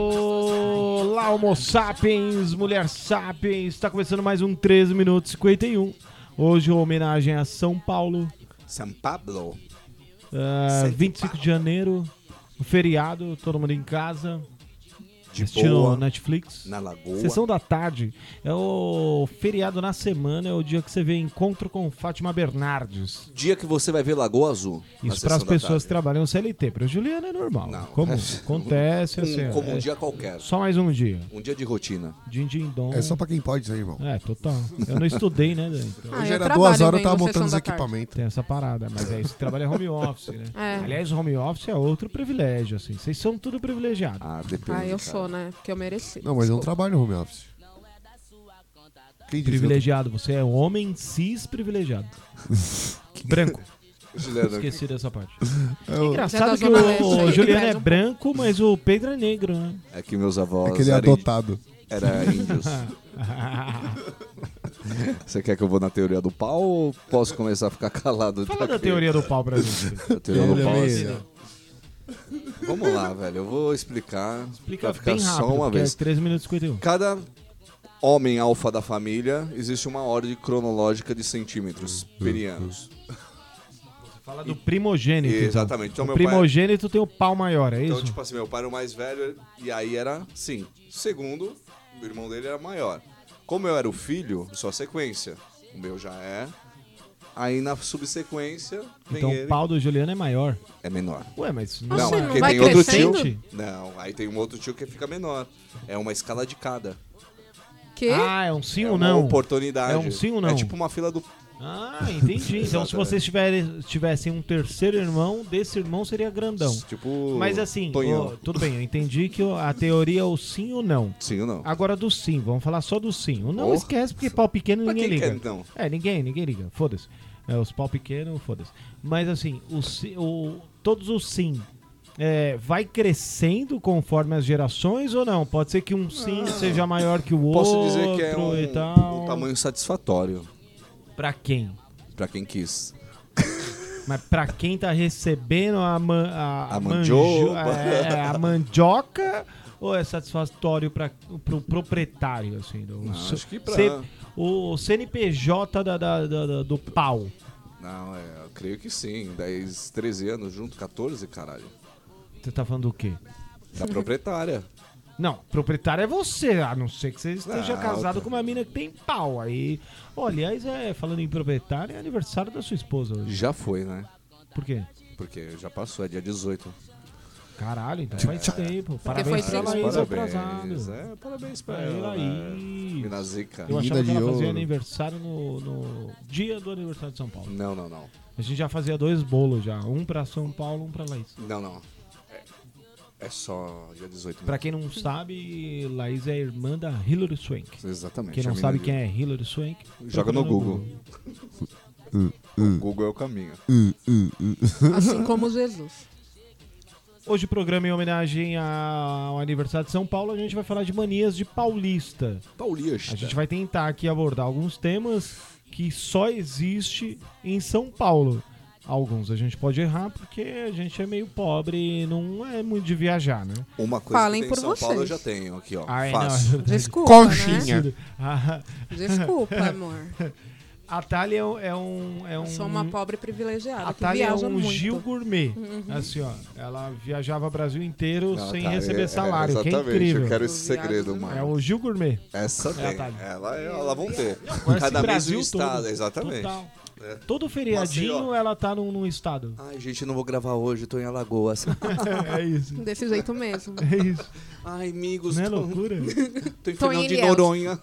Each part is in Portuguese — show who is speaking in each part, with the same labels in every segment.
Speaker 1: Olá, Homo sapiens, mulher sapiens. Está começando mais um 13 minutos e 51. Hoje, uma homenagem a São Paulo,
Speaker 2: São Pablo.
Speaker 1: ah,
Speaker 2: São
Speaker 1: 25 de
Speaker 2: Paulo.
Speaker 1: janeiro, um feriado, todo mundo em casa,
Speaker 2: De
Speaker 1: assistindo
Speaker 2: boa,
Speaker 1: Netflix.
Speaker 2: na lagoa.
Speaker 1: Sessão da tarde é o feriado na semana, é o dia que você vê encontro com Fátima Bernardes.
Speaker 2: Dia que você vai ver Lagoa Azul. na
Speaker 1: Isso para as
Speaker 2: sessão da
Speaker 1: pessoas que
Speaker 2: tarde.
Speaker 1: trabalham no CLT. Para Juliana é normal.
Speaker 2: Não.
Speaker 1: Como acontece assim.
Speaker 2: Um- como
Speaker 1: é
Speaker 2: um dia qualquer.
Speaker 1: Só mais um dia.
Speaker 2: Um dia de rotina.
Speaker 1: Din din dom.
Speaker 3: É só pra quem pode isso aí, irmão.
Speaker 1: É, total. Eu não estudei, né? Dani? Então,
Speaker 3: Hoje
Speaker 4: Ah, eu
Speaker 3: era
Speaker 4: trabalho
Speaker 3: duas horas, eu tava
Speaker 4: vendo Sessão
Speaker 3: montando os
Speaker 4: da Tarde.
Speaker 3: equipamentos.
Speaker 1: Tem esse essa parada, mas é isso. Trabalha home office, né?
Speaker 4: É.
Speaker 1: Aliás, home office é outro privilégio, assim. Vocês são tudo privilegiado.
Speaker 2: Ah, depende.
Speaker 4: Ah, eu
Speaker 2: cara.
Speaker 4: sou, né? Porque eu mereci.
Speaker 3: Não, mas eu não trabalho no home office. Quem diz
Speaker 1: privilegiado, você é homem cis privilegiado. branco.
Speaker 2: Juliana,
Speaker 1: Esqueci dessa parte.
Speaker 3: que eu- É,
Speaker 4: Já
Speaker 1: Engraçado
Speaker 4: da
Speaker 1: que
Speaker 4: Zona Leste
Speaker 1: o,
Speaker 4: aí,
Speaker 1: Juliano é
Speaker 4: pesa um
Speaker 1: branco, mas o Pedro é negro, né?
Speaker 2: É que meus avós.
Speaker 3: aquele
Speaker 2: eram
Speaker 3: adotado.
Speaker 2: Era índios. Você quer que eu vou na teoria do pau ou posso começar a ficar calado?
Speaker 1: Fala da
Speaker 2: aqui?
Speaker 1: teoria do pau pra gente.
Speaker 2: A teoria do
Speaker 3: Ele é
Speaker 2: pau.
Speaker 3: meio-
Speaker 2: assim, né? Vamos lá, velho. Eu vou explicar.
Speaker 1: Explica
Speaker 2: pra ficar
Speaker 1: bem rápido,
Speaker 2: só uma
Speaker 1: porque
Speaker 2: vez.
Speaker 1: é 3 minutos e 51.
Speaker 2: Cada homem alfa da família existe uma ordem cronológica de centímetros perianos.
Speaker 1: Fala do primogênito. então.
Speaker 2: Exatamente. Então,
Speaker 1: O
Speaker 2: meu pai.
Speaker 1: primogênito tem o pau maior, é
Speaker 2: Então,
Speaker 1: isso?
Speaker 2: tipo assim, meu pai era o mais velho e aí era sim. Segundo, o irmão dele era maior. Como eu era o filho, só sequência. O meu já é. Aí na subsequência vem
Speaker 1: Então
Speaker 2: ele.
Speaker 1: o pau do Juliano é maior.
Speaker 2: É menor.
Speaker 1: Ué, mas
Speaker 4: Nossa, ele
Speaker 2: Não, é
Speaker 4: Assim, não
Speaker 2: porque
Speaker 4: vai
Speaker 2: tem outro
Speaker 4: crescendo?
Speaker 2: tio. Não, aí tem um outro tio que fica menor. É uma escala de cada.
Speaker 4: Que?
Speaker 1: Ah, é um sim
Speaker 2: é
Speaker 1: ou
Speaker 2: uma
Speaker 1: não?
Speaker 2: oportunidade.
Speaker 1: É um sim ou não?
Speaker 2: É tipo uma fila do.
Speaker 1: Ah, entendi. Então se vocês tiverem, tivessem um terceiro irmão, desse irmão seria grandão.
Speaker 2: Tipo.
Speaker 1: Mas assim,
Speaker 2: Tonhão.
Speaker 1: ô, tudo bem, eu entendi que o- a teoria é o sim ou não.
Speaker 2: Sim ou não?
Speaker 1: Agora do sim, vamos falar só do sim. O não
Speaker 2: Oh.
Speaker 1: esquece, porque pau pequeno
Speaker 2: Pra
Speaker 1: ninguém
Speaker 2: quem quer
Speaker 1: liga.
Speaker 2: então?
Speaker 1: É, ninguém, ninguém liga. Foda-se. É, os pau pequeno, foda-se. Mas assim, o, si- o- todos os sim. é, vai crescendo conforme as gerações ou não? Pode ser que um sim seja maior que o
Speaker 2: Ah. Posso
Speaker 1: outro
Speaker 2: dizer que é um,
Speaker 1: e tal.
Speaker 2: um tamanho satisfatório
Speaker 1: Pra quem?
Speaker 2: pra quem quis.
Speaker 1: Mas pra quem tá recebendo a, man, a,
Speaker 2: A
Speaker 1: manjo-
Speaker 2: mandioba.
Speaker 1: é, é, a mandioca ou é satisfatório para pro proprietário assim do
Speaker 2: Não, Ah, acho que pra-
Speaker 1: o CNPJ da, da- da- da- do pau.
Speaker 2: Não, é, eu creio que sim. 10, 13 anos junto, 14, caralho.
Speaker 1: Você tá falando do quê?
Speaker 2: Da proprietária.
Speaker 1: Não, proprietário é você, a não ser que você esteja
Speaker 2: Não,
Speaker 1: casado
Speaker 2: tá.
Speaker 1: com uma mina que tem pau. Aí, Ó, aliás, é, falando em proprietário, é aniversário da sua esposa hoje.
Speaker 2: Já foi, né?
Speaker 1: Por quê?
Speaker 2: Porque já passou, é dia 18.
Speaker 1: Caralho, então faz tempo. Parabéns
Speaker 4: foi
Speaker 1: pra
Speaker 4: triste.
Speaker 1: Laís
Speaker 2: parabéns.
Speaker 1: atrasado.
Speaker 2: É, parabéns pra
Speaker 1: Aí,
Speaker 2: ela. Né?
Speaker 1: Laís.
Speaker 2: Mina Zica.
Speaker 3: Linda
Speaker 1: Eu achava
Speaker 3: de
Speaker 1: que ela fazia
Speaker 3: ouro.
Speaker 1: aniversário no, no dia do aniversário de São Paulo.
Speaker 2: Não, não, não.
Speaker 1: A gente já fazia dois bolos já, um pra São Paulo, um pra Laís.
Speaker 2: Não, não. É, é só dia 18.
Speaker 1: Pra quem não sabe, Laís é irmã da Hilary Swank.
Speaker 2: Exatamente.
Speaker 1: Quem não sabe quem é Hilary Swank,
Speaker 2: Joga
Speaker 1: procura
Speaker 2: no Google. O Google é o caminho.
Speaker 5: Uh,
Speaker 4: Assim como Jesus.
Speaker 1: Hoje o programa é em homenagem ao aniversário de São Paulo, a gente vai falar de manias de paulista.
Speaker 2: Paulista.
Speaker 1: A gente vai tentar aqui abordar alguns temas que só existe em São Paulo. Alguns a gente pode errar porque a gente é meio pobre e não é muito de viajar, né?
Speaker 2: Uma coisa
Speaker 4: Falem
Speaker 2: que tem em
Speaker 4: por
Speaker 2: São Paulo eu
Speaker 4: vocês.
Speaker 2: já tenho aqui, ó.
Speaker 1: Ai, não,
Speaker 2: Fácil.
Speaker 1: é verdade.
Speaker 4: Desculpa, né?
Speaker 1: Ah,
Speaker 4: Desculpa, amor.
Speaker 1: a Thalia é um- é um. É um
Speaker 4: Eu sou uma pobre privilegiada
Speaker 1: a
Speaker 4: que
Speaker 1: Thalia é
Speaker 4: viaja
Speaker 1: um
Speaker 4: muito. Uhum.
Speaker 1: Gil Gourmet. Assim, ó. Ela viajava o Brasil inteiro
Speaker 2: Não,
Speaker 1: sem
Speaker 2: tá,
Speaker 1: receber
Speaker 2: é- é-
Speaker 1: salário. que é
Speaker 2: Exatamente, eu
Speaker 1: incrível.
Speaker 2: quero
Speaker 4: Eu
Speaker 2: esse
Speaker 4: viajo
Speaker 2: segredo,
Speaker 4: demais.
Speaker 1: É
Speaker 2: mano.
Speaker 1: o Gil Gourmet.
Speaker 2: Essa
Speaker 1: É a
Speaker 2: tem.
Speaker 1: Thalia.
Speaker 2: Ela, ela vão ter.
Speaker 1: Conhece
Speaker 2: Cada
Speaker 1: o
Speaker 2: mês um
Speaker 1: Brasil
Speaker 2: estado,
Speaker 1: todo.
Speaker 2: exatamente.
Speaker 1: Total.
Speaker 2: É.
Speaker 1: Todo feriadinho
Speaker 2: Maceió.
Speaker 1: ela tá num, num estado.
Speaker 2: Ai, gente, não vou gravar hoje, tô em Alagoas.
Speaker 1: É isso.
Speaker 4: Desse jeito mesmo.
Speaker 1: É isso.
Speaker 2: Ai, amigos,
Speaker 1: Não é
Speaker 2: tô,
Speaker 1: loucura?
Speaker 2: tô em
Speaker 4: Tô
Speaker 2: Fernão
Speaker 4: em
Speaker 2: de
Speaker 4: Ilhéus.
Speaker 2: Noronha.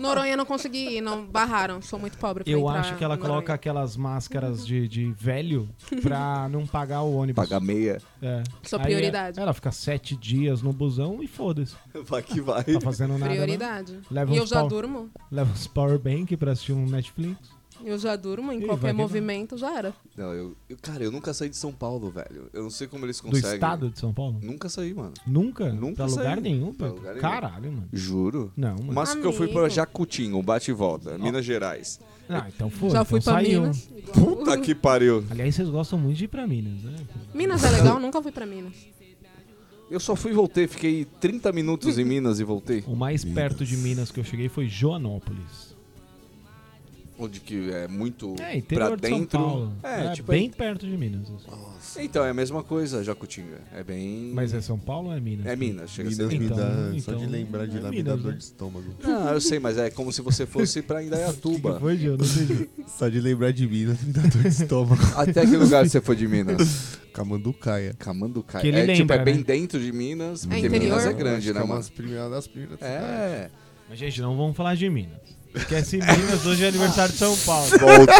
Speaker 4: Noronha não consegui ir, não barraram. Sou muito pobre pra
Speaker 1: Eu
Speaker 4: entrar
Speaker 1: acho que ela
Speaker 4: na
Speaker 1: coloca
Speaker 4: Noronha.
Speaker 1: aquelas máscaras de, de velho pra não pagar o ônibus.
Speaker 2: Paga meia.
Speaker 1: É.
Speaker 4: Sua
Speaker 1: Aí
Speaker 4: prioridade.
Speaker 1: Ela fica sete dias no busão e foda-se.
Speaker 2: Vai que vai.
Speaker 1: Tá fazendo nada. né?
Speaker 4: prioridade.
Speaker 1: Leva uns
Speaker 4: e eu já
Speaker 1: pau.
Speaker 4: durmo.
Speaker 1: Leva os powerbank pra assistir um Netflix.
Speaker 4: Eu já durmo em
Speaker 1: Ih, vai
Speaker 4: qualquer
Speaker 1: que vai.
Speaker 4: movimento, já era.
Speaker 2: Não, eu, eu- cara, eu nunca saí de São Paulo, velho. Eu não sei como eles
Speaker 1: Do
Speaker 2: conseguem.
Speaker 1: estado de São Paulo?
Speaker 2: Nunca saí, mano.
Speaker 1: Nunca?
Speaker 2: Nunca
Speaker 1: pra
Speaker 2: saí.
Speaker 1: lugar nenhum,
Speaker 2: Pra
Speaker 1: Pedro?
Speaker 2: lugar nenhum.
Speaker 1: Caralho, mano.
Speaker 2: Juro.
Speaker 1: Não, mano.
Speaker 2: Mas que eu fui pra
Speaker 4: Amigo.
Speaker 2: Jacutinho, bate e volta, Minas Gerais.
Speaker 1: Ah, então foi.
Speaker 4: já
Speaker 1: então
Speaker 4: fui pra
Speaker 1: saiu.
Speaker 4: Minas.
Speaker 2: Puta que pariu.
Speaker 1: Aliás, vocês gostam muito de ir pra Minas, né?
Speaker 4: Minas é legal, nunca fui pra Minas.
Speaker 2: Eu só fui e voltei, fiquei 30 minutos em Minas e voltei.
Speaker 1: O mais perto de Minas que eu cheguei foi Joanópolis.
Speaker 2: Onde que é muito
Speaker 1: É,
Speaker 2: pra
Speaker 1: interior de São
Speaker 2: dentro.
Speaker 1: Paulo.
Speaker 2: É,
Speaker 1: É,
Speaker 2: tipo.
Speaker 1: bem perto de Minas. assim.
Speaker 2: é- Então, é a mesma coisa, Jacutinga. É bem.
Speaker 1: Mas é São Paulo ou é Minas?
Speaker 2: É Minas, chega
Speaker 5: Minas
Speaker 2: a ser.
Speaker 5: me
Speaker 1: Então,
Speaker 5: dá, só
Speaker 1: então,
Speaker 5: de lembrar de
Speaker 1: é
Speaker 5: lá, me
Speaker 1: Minas,
Speaker 5: dá dor
Speaker 1: né?
Speaker 5: de estômago.
Speaker 2: Não, eu sei, mas é como se você fosse pra
Speaker 1: Que que
Speaker 2: Indaiatuba.
Speaker 1: foi, Gil? Não sei, Gil.
Speaker 5: Só de lembrar de Minas, me dá dor de estômago.
Speaker 2: Até que lugar você foi de Minas?
Speaker 5: Camanducaia.
Speaker 2: Camanducaia.
Speaker 1: Que ele
Speaker 2: é, tipo,
Speaker 1: lembra,
Speaker 2: é bem
Speaker 1: né?
Speaker 2: dentro de Minas, porque
Speaker 4: interior.
Speaker 2: Minas é
Speaker 4: Eu
Speaker 2: grande, né,
Speaker 5: É uma
Speaker 2: mano?
Speaker 5: das primeiras, das primeiras cidades.
Speaker 2: É.
Speaker 1: Mas, gente, não vamos falar de Minas. Esquece Minas, hoje é aniversário de São Paulo.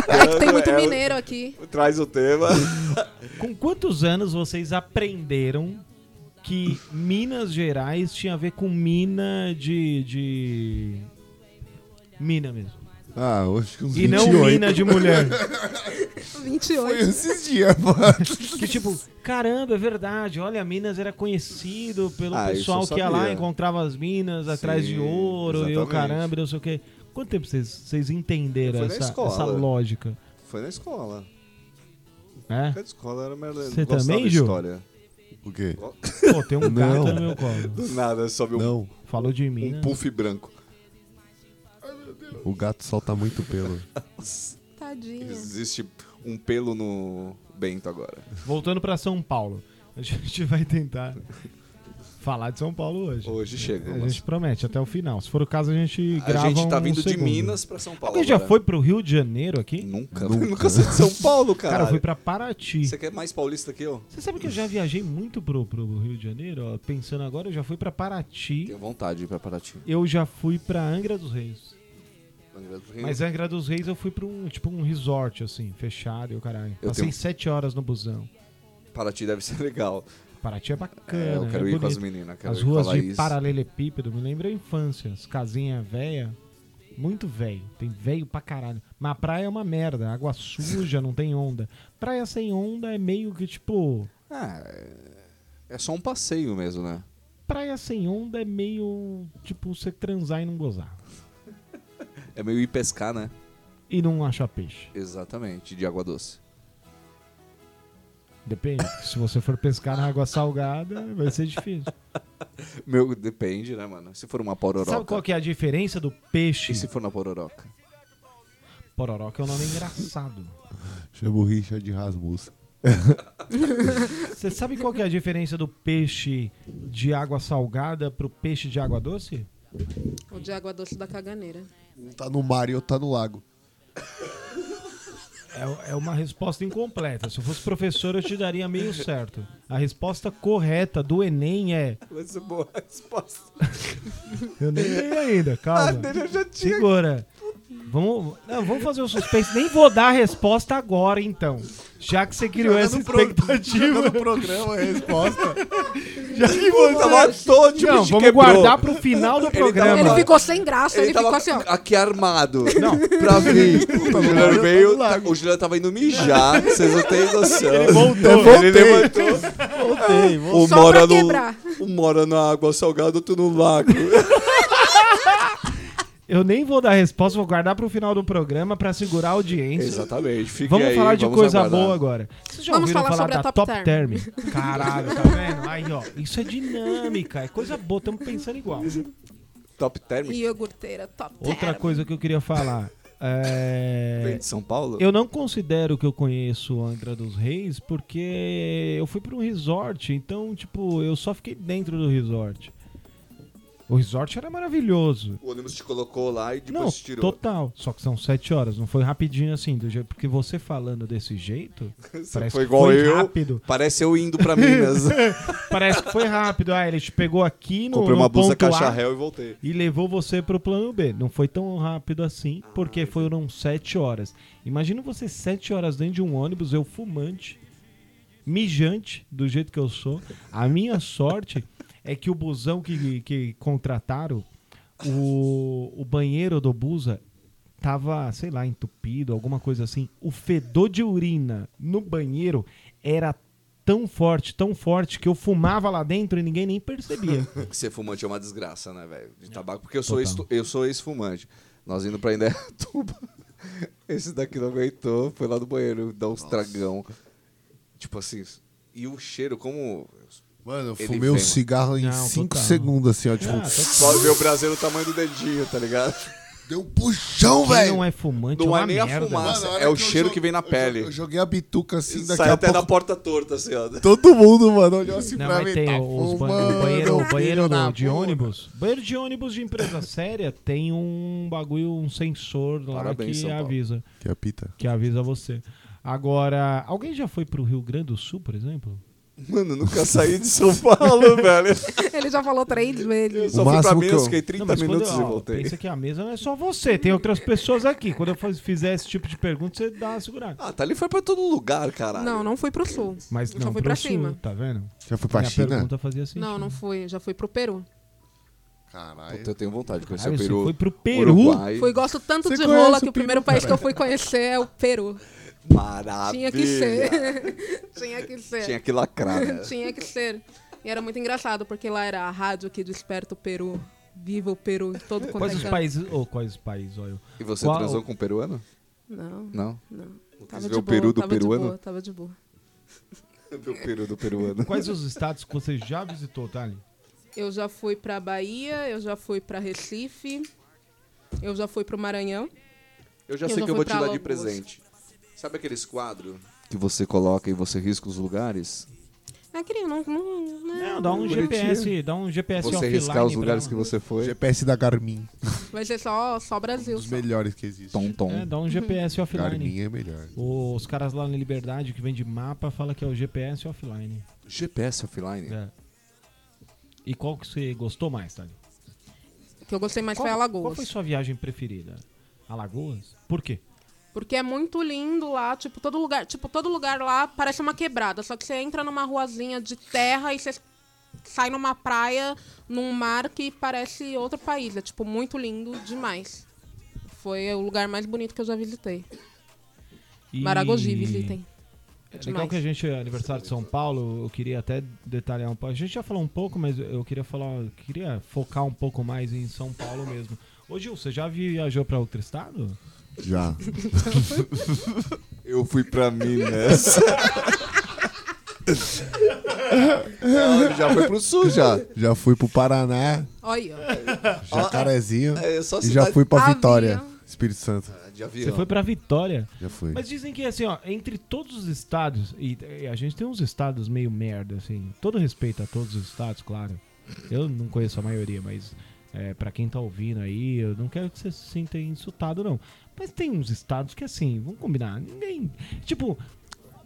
Speaker 4: É que tem muito
Speaker 2: É,
Speaker 4: mineiro aqui.
Speaker 2: Traz o tema.
Speaker 1: Com quantos anos vocês aprenderam que Minas Gerais tinha a ver com mina de. de... Mina mesmo.
Speaker 5: Ah, hoje uns
Speaker 1: E não
Speaker 5: 28.
Speaker 1: mina de mulher.
Speaker 4: 28.
Speaker 5: Foi esses dias, mano.
Speaker 1: Que tipo, caramba, é verdade. Olha, Minas era conhecido pelo
Speaker 2: Ah, isso
Speaker 1: pessoal
Speaker 2: eu
Speaker 1: que ia lá,
Speaker 2: sabia.
Speaker 1: encontrava as minas atrás de ouro e o
Speaker 2: exatamente.
Speaker 1: caramba, e não sei o quê. Quanto tempo vocês, vocês entenderam
Speaker 2: Foi na
Speaker 1: essa,
Speaker 2: escola.
Speaker 1: essa lógica?
Speaker 2: Foi na escola.
Speaker 1: Né?
Speaker 2: Foi na escola, era merda.
Speaker 1: Você
Speaker 2: não gostava
Speaker 1: também,
Speaker 2: de
Speaker 1: Gil?
Speaker 2: história.
Speaker 5: O quê?
Speaker 1: Pô, tem um
Speaker 5: Não.
Speaker 1: gato no meu colo.
Speaker 2: Do nada, sobe um,
Speaker 5: Não,
Speaker 1: Falou de
Speaker 2: um
Speaker 1: Minas.
Speaker 2: puff branco.
Speaker 5: o gato solta muito pelo.
Speaker 4: Tadinha.
Speaker 2: Existe um pelo no Bento agora.
Speaker 1: Voltando pra São Paulo. A gente vai tentar falar de São Paulo hoje.
Speaker 2: Hoje chega.
Speaker 1: A
Speaker 2: mas-
Speaker 1: gente promete até o final. Se for o caso, a gente grava
Speaker 2: a gente tá
Speaker 1: um
Speaker 2: vindo de
Speaker 1: segundo.
Speaker 2: Minas pra São Paulo.
Speaker 1: Alguém já
Speaker 2: agora.
Speaker 1: foi pro Rio de Janeiro aqui?
Speaker 2: Nunca.
Speaker 5: Nunca.
Speaker 2: Nunca, sou de São Paulo,
Speaker 1: Cara,
Speaker 2: cara.
Speaker 1: eu fui pra Paraty.
Speaker 2: Você quer mais paulista que eu?
Speaker 1: Você sabe que eu já viajei muito pro, pro Rio de Janeiro? ó, pensando agora, eu já fui pra Paraty.
Speaker 2: Tenho vontade de ir pra Paraty.
Speaker 1: Eu já fui pra Angra dos Reis.
Speaker 2: um-
Speaker 1: Mas Angra dos Reis eu fui pra um, tipo, um resort, assim, fechado e o caralho.
Speaker 2: Eu
Speaker 1: Passei
Speaker 2: tenho- um-
Speaker 1: sete horas no busão.
Speaker 2: Paraty deve ser legal.
Speaker 1: Paraty é
Speaker 2: É,
Speaker 1: bacana,
Speaker 2: eu
Speaker 1: é
Speaker 2: quero ir com as
Speaker 1: bonito.
Speaker 2: meninas. Quero
Speaker 1: As
Speaker 2: ir
Speaker 1: ruas
Speaker 2: falar
Speaker 1: de
Speaker 2: isso.
Speaker 1: paralelepípedo me lembra a infância. As casinhas velha, muito velho. Tem velho pra caralho. Mas a praia é uma merda. Água suja, não tem onda. Praia sem onda é meio que tipo.
Speaker 2: Ah, é- é só um passeio mesmo, né?
Speaker 1: Praia sem onda é meio tipo você transar e não gozar.
Speaker 2: É meio ir pescar, né?
Speaker 1: E não achar peixe.
Speaker 2: Exatamente, de água doce.
Speaker 1: Depende. Se você for pescar na água salgada, vai ser difícil.
Speaker 2: Meu, depende, né, mano? Se for uma pororoca.
Speaker 1: Sabe qual que é a diferença do peixe?
Speaker 2: E se for na pororoca?
Speaker 1: Pororoca é um nome engraçado.
Speaker 5: Chama o Richard Rasmussen.
Speaker 1: Você sabe qual que é a diferença do peixe de água salgada pro peixe de água doce?
Speaker 4: O de água doce da caganeira.
Speaker 5: Um tá no mar e outro tá no lago.
Speaker 1: É, é uma resposta incompleta. Se eu fosse professor, eu te daria meio certo. A resposta correta do Enem é.
Speaker 2: Vai ser boa a resposta.
Speaker 1: Eu nem dei ainda, calma. Segura. Vamos, não, vamos fazer o suspense. Nem vou dar a resposta agora, então. Já que você criou essa expectativa.
Speaker 5: Tipo, No programa é a resposta.
Speaker 1: Já que você...
Speaker 2: matou, tipo,
Speaker 1: Não,
Speaker 2: te
Speaker 1: vamos
Speaker 2: quebrou.
Speaker 1: guardar pro final do
Speaker 2: tava-
Speaker 1: programa.
Speaker 4: Ele ficou sem graça, ele,
Speaker 2: Ele tava
Speaker 4: ficou assim, ó.
Speaker 2: aqui armado.
Speaker 1: Não.
Speaker 2: Pra vir.
Speaker 1: Tá
Speaker 2: O Juliano
Speaker 5: no
Speaker 2: veio, o Juliano tava indo mijar, vocês não têm noção. Ele
Speaker 5: voltou.
Speaker 2: Ele levantou.
Speaker 5: Voltei, voltei.
Speaker 2: Um
Speaker 4: Só
Speaker 2: mora,
Speaker 4: pra
Speaker 2: no,
Speaker 4: quebrar.
Speaker 2: um mora na água salgada, outro no lago.
Speaker 1: Eu nem vou dar a resposta, vou guardar pro final do programa pra segurar a audiência.
Speaker 2: Exatamente, fique
Speaker 1: Vamos
Speaker 2: é aí,
Speaker 1: falar de
Speaker 2: vamos
Speaker 1: coisa
Speaker 2: aguardar.
Speaker 1: boa agora. Vocês já
Speaker 4: Vamos
Speaker 1: ouviram
Speaker 4: falar
Speaker 1: falar,
Speaker 4: sobre a
Speaker 1: da
Speaker 4: Top
Speaker 1: Term? Caralho, tá vendo? Aí, ó, isso é dinâmica, é coisa boa, estamos pensando igual.
Speaker 2: Top Term,
Speaker 4: E iogurteira, top
Speaker 1: Outra
Speaker 4: term.
Speaker 1: coisa que eu queria falar.
Speaker 2: vem
Speaker 1: É...
Speaker 2: de São Paulo?
Speaker 1: Eu não considero que eu conheço Angra dos Reis porque eu fui pra um resort, então, tipo, eu só fiquei dentro do resort. O resort era maravilhoso.
Speaker 2: O ônibus te colocou lá e depois
Speaker 1: Não,
Speaker 2: te tirou.
Speaker 1: total. Só que são sete horas, não foi rapidinho assim, do jeito, porque você falando desse jeito, parece
Speaker 2: foi
Speaker 1: que
Speaker 2: igual
Speaker 1: foi
Speaker 2: eu.
Speaker 1: rápido.
Speaker 2: Parece eu indo pra Minas.
Speaker 1: Parece que foi rápido. Ah, ele te pegou aqui no,
Speaker 2: Comprei uma
Speaker 1: no
Speaker 2: blusa
Speaker 1: ponto
Speaker 2: caixa
Speaker 1: A
Speaker 2: réu e voltei.
Speaker 1: e levou você pro plano B. Não foi tão rápido assim, porque foram sete horas. Imagina você sete horas dentro de um ônibus, eu fumante, mijante, do jeito que eu sou. A minha sorte é que o busão que, que contrataram, o, o banheiro do busa tava, sei lá, entupido, alguma coisa assim. O fedor de urina no banheiro era tão forte, tão forte, que eu fumava lá dentro e ninguém nem percebia.
Speaker 2: Ser fumante é uma desgraça, né, velho?
Speaker 5: É.
Speaker 2: De tabaco, porque eu sou,
Speaker 1: Total.
Speaker 2: ex- eu sou ex-fumante. Nós indo pra Indaiatuba. Esse daqui não aguentou, foi lá no banheiro dar uns tragão. Tipo assim, e o cheiro, como
Speaker 5: Mano, eu
Speaker 2: Ele
Speaker 5: fumei um
Speaker 2: vem, mano.
Speaker 5: cigarro em
Speaker 1: Não,
Speaker 5: 5
Speaker 1: total.
Speaker 5: segundos, assim, ó. Tipo,
Speaker 1: Ah, total.
Speaker 2: Só ver o Brasil no tamanho do dedinho, tá ligado?
Speaker 5: deu um puxão,
Speaker 1: Quem
Speaker 5: velho.
Speaker 1: não é fumante é
Speaker 2: Não
Speaker 1: uma
Speaker 2: é nem a
Speaker 1: merda.
Speaker 2: fumaça.
Speaker 5: Mano, a hora
Speaker 2: É o
Speaker 5: eu
Speaker 2: cheiro
Speaker 5: jo-
Speaker 2: que vem na
Speaker 5: eu jo-
Speaker 2: pele.
Speaker 5: Eu joguei a bituca assim, daqui
Speaker 2: Sai
Speaker 5: a
Speaker 2: até
Speaker 5: pouco
Speaker 2: da porta torta, assim, ó.
Speaker 5: todo mundo, mano, olhou assim
Speaker 1: Não,
Speaker 5: pra
Speaker 1: mas
Speaker 5: mim.
Speaker 1: tem
Speaker 5: tá
Speaker 1: os ba-
Speaker 5: fumando,
Speaker 1: banheiro,
Speaker 5: filho
Speaker 1: banheiro
Speaker 5: da
Speaker 1: de
Speaker 5: puta.
Speaker 1: ônibus. Banheiro de ônibus de empresa séria tem um bagulho, um sensor lá
Speaker 2: Parabéns,
Speaker 1: que
Speaker 2: São Paulo.
Speaker 1: avisa.
Speaker 5: Que é pita.
Speaker 1: Que avisa você. Agora, alguém já foi pro Rio Grande do Sul, por exemplo?
Speaker 2: Mano, eu nunca saí de São Paulo, velho.
Speaker 4: Ele já falou três
Speaker 2: Eu
Speaker 4: vezes.
Speaker 2: só fui
Speaker 5: O
Speaker 2: pra
Speaker 5: máximo que
Speaker 2: Minas,
Speaker 5: eu-
Speaker 2: fiquei
Speaker 1: Não,
Speaker 2: 30
Speaker 1: mas quando-
Speaker 2: minutos e
Speaker 1: ó,
Speaker 2: voltei.
Speaker 1: Pensa que a mesa não é só você, tem outras pessoas aqui. Quando eu faz- fizer esse tipo de pergunta, você dá uma segurada.
Speaker 2: Ah, tá ali foi pra todo lugar, caralho.
Speaker 4: Não, não fui pro sul.
Speaker 1: Mas
Speaker 4: Eu
Speaker 1: não,
Speaker 4: só fui
Speaker 1: pro
Speaker 4: pra
Speaker 1: sul,
Speaker 4: cima.
Speaker 1: tá vendo?
Speaker 5: Já foi pra
Speaker 1: Minha
Speaker 5: China?
Speaker 1: pergunta fazia assim. sentido.
Speaker 4: Não, não fui. Já fui pro Peru.
Speaker 5: Caralho.
Speaker 2: Puta, Ah, eu tenho vontade de conhecer
Speaker 1: Caralho,
Speaker 2: o
Speaker 1: você
Speaker 2: Peru.
Speaker 1: foi pro Peru?
Speaker 2: Uruguai.
Speaker 4: Fui, gosto tanto
Speaker 5: Você
Speaker 4: de
Speaker 5: conhece
Speaker 4: rola
Speaker 5: o
Speaker 4: que o
Speaker 5: Peru,
Speaker 4: primeiro país que eu
Speaker 5: caralho?
Speaker 4: fui conhecer é o Peru.
Speaker 2: Maravilha.
Speaker 4: Tinha que ser. Tinha que ser.
Speaker 2: Tinha que lacrar, né?
Speaker 4: Tinha que ser. E era muito engraçado, porque lá era a rádio que desperta o Peru. Viva o Peru, todo quanto
Speaker 1: Quais
Speaker 4: é
Speaker 1: os
Speaker 4: canto.
Speaker 1: países. Ou quais os países, olha.
Speaker 2: E você
Speaker 1: Qual-
Speaker 2: transou com um peruano?
Speaker 4: Não,
Speaker 2: Não.
Speaker 4: não. Tava
Speaker 2: Não quis
Speaker 4: de
Speaker 2: ver o
Speaker 4: boa,
Speaker 2: peru do
Speaker 4: tava de boa,
Speaker 2: peruano?
Speaker 4: tava de boa.
Speaker 2: Ver o peru do peruano.
Speaker 1: Quais os estados que você já visitou, Thali?
Speaker 4: Eu já fui pra Bahia, eu já fui pra Recife, eu já fui pro Maranhão.
Speaker 2: Eu já
Speaker 4: Eu
Speaker 2: sei
Speaker 4: já
Speaker 2: que eu
Speaker 4: fui
Speaker 2: vou te
Speaker 4: pra
Speaker 2: dar de
Speaker 4: Alagoas.
Speaker 2: presente. Sabe aqueles quadros que você coloca e você risca os lugares?
Speaker 4: Ah, querido, não... não, né?
Speaker 1: Não,
Speaker 4: não.
Speaker 1: dá um
Speaker 2: Bonitinho.
Speaker 1: GPS, dá um GPS
Speaker 2: Você
Speaker 1: offline.
Speaker 2: riscar os
Speaker 1: pra-
Speaker 2: lugares que você foi?
Speaker 5: GPS da Garmin.
Speaker 4: Vai ser é só, só Brasil.
Speaker 5: Os
Speaker 4: só.
Speaker 5: melhores que existem.
Speaker 2: Tom, tom.
Speaker 1: É, dá um GPS offline.
Speaker 5: Garmin é melhor.
Speaker 1: Os caras lá na Liberdade que vende mapa fala que é o GPS offline.
Speaker 2: GPS offline?
Speaker 1: É. E qual que você gostou mais, Thali?
Speaker 4: O que eu gostei mais
Speaker 1: qual,
Speaker 4: foi Alagoas.
Speaker 1: Qual foi sua viagem preferida? Alagoas? Por quê?
Speaker 4: Porque é muito lindo lá, tipo, todo lugar, tipo, todo lugar lá parece uma quebrada. Só que você entra numa ruazinha de terra e você sai numa praia, num mar que parece outro país. É tipo muito lindo demais. Foi o lugar mais bonito que eu já visitei.
Speaker 1: E-
Speaker 4: Maragogi, visitem.
Speaker 1: É legal
Speaker 4: demais.
Speaker 1: que a gente, é aniversário de São Paulo, eu queria até detalhar um pouco. A gente já falou um pouco, mas eu queria falar, eu queria focar um pouco mais em São Paulo mesmo. Ô Gil, você já viajou pra outro estado?
Speaker 5: Já.
Speaker 2: Eu fui pra Minas. Não, já foi pro sul já.
Speaker 5: Já fui pro Paraná,
Speaker 4: Olha,
Speaker 5: Jacarezinho.
Speaker 2: É só
Speaker 5: E já
Speaker 2: cidade
Speaker 5: fui pra
Speaker 4: Avião.
Speaker 5: Vitória, Espírito Santo.
Speaker 2: de
Speaker 1: Você
Speaker 2: avião.
Speaker 1: foi pra Vitória.
Speaker 5: Já fui.
Speaker 1: Mas dizem que assim, ó, entre todos os estados, e, e a gente tem uns estados meio merda, assim, todo respeito a todos os estados, claro. Eu não conheço a maioria, mas é, para quem tá ouvindo aí, eu não quero que você se sinta insultado, não. Mas tem uns estados que assim, vamos combinar, ninguém. Tipo,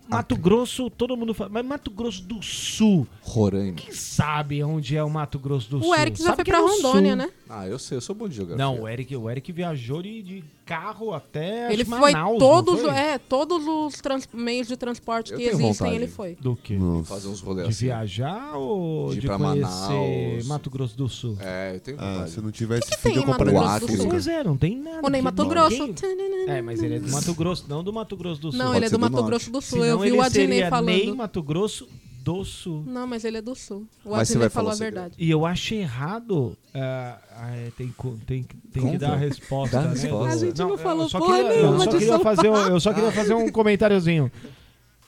Speaker 1: Mato Grosso, todo mundo fala. Mas Mato Grosso do Sul,
Speaker 2: Roraima.
Speaker 1: quem sabe onde é o Mato Grosso do Sul?
Speaker 4: o Eric já
Speaker 1: Sabe
Speaker 4: foi
Speaker 1: que é
Speaker 4: pra
Speaker 1: no sul.
Speaker 4: Rondônia, né?
Speaker 2: Ah, eu sei, eu sou bom de geografia.
Speaker 1: Não, o Eric, o Eric viajou de, de carro até. acho
Speaker 4: Ele
Speaker 1: que
Speaker 4: foi
Speaker 1: Manaus, não
Speaker 4: todos,
Speaker 1: foi?
Speaker 4: é, todos os trans- meios de transporte
Speaker 2: Eu
Speaker 4: que
Speaker 2: tenho
Speaker 4: existem,
Speaker 2: vontade.
Speaker 4: ele foi.
Speaker 1: Do que?
Speaker 5: Nossa.
Speaker 2: Fazer uns rolês
Speaker 1: De
Speaker 2: assim.
Speaker 1: viajar ou
Speaker 2: De ir
Speaker 1: de,
Speaker 2: pra
Speaker 1: conhecer
Speaker 2: Manaus.
Speaker 1: Mato Grosso do Sul?
Speaker 2: É, eu tenho
Speaker 5: Ah,
Speaker 2: vontade.
Speaker 5: se eu não tivesse
Speaker 4: tem
Speaker 5: filho, eu
Speaker 4: em Mato
Speaker 5: compraria
Speaker 2: Grosso
Speaker 5: um
Speaker 2: do
Speaker 5: filho.
Speaker 2: Sul?
Speaker 1: Pois é, não tem nada.
Speaker 4: O Ney
Speaker 1: porque
Speaker 4: Mato Grosso.
Speaker 1: ninguém- É, mas ele é do Mato Grosso, não do Mato Grosso do Sul.
Speaker 4: Não,
Speaker 2: Pode
Speaker 4: ele é
Speaker 2: ser
Speaker 4: do
Speaker 2: do
Speaker 4: Mato
Speaker 2: norte.
Speaker 4: Grosso do Sul.
Speaker 1: Senão
Speaker 4: Eu vi
Speaker 1: ele
Speaker 4: o Adinei
Speaker 1: seria Ney
Speaker 4: falando.
Speaker 1: Mato Grosso do Sul.
Speaker 4: Não, mas ele é do sul. O
Speaker 2: Mas você
Speaker 4: Adnei
Speaker 2: vai falar
Speaker 4: falou a
Speaker 2: o segredo.
Speaker 4: verdade.
Speaker 1: E eu acho errado. ah, ah, é, tem, co- tem, que- tem que
Speaker 2: Conta.
Speaker 1: dar a resposta.
Speaker 2: Dá a
Speaker 1: né,
Speaker 2: resposta.
Speaker 1: do-
Speaker 2: A
Speaker 4: gente não
Speaker 1: eu
Speaker 4: falou
Speaker 1: só
Speaker 4: porra
Speaker 1: queria-
Speaker 4: nenhuma
Speaker 1: eu só
Speaker 4: de
Speaker 1: queria
Speaker 4: São
Speaker 1: fazer um- Eu só queria fazer um comentáriozinho.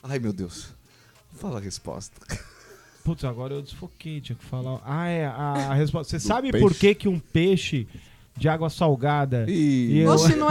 Speaker 2: Ai, meu Deus. Fala a resposta.
Speaker 1: Putz, agora eu desfoquei, tinha que falar. Ah, é, a resposta. Você sabe
Speaker 5: peixe?
Speaker 1: por que, que um peixe de água salgada.
Speaker 2: Ih,
Speaker 1: Eu-
Speaker 4: Oxe, não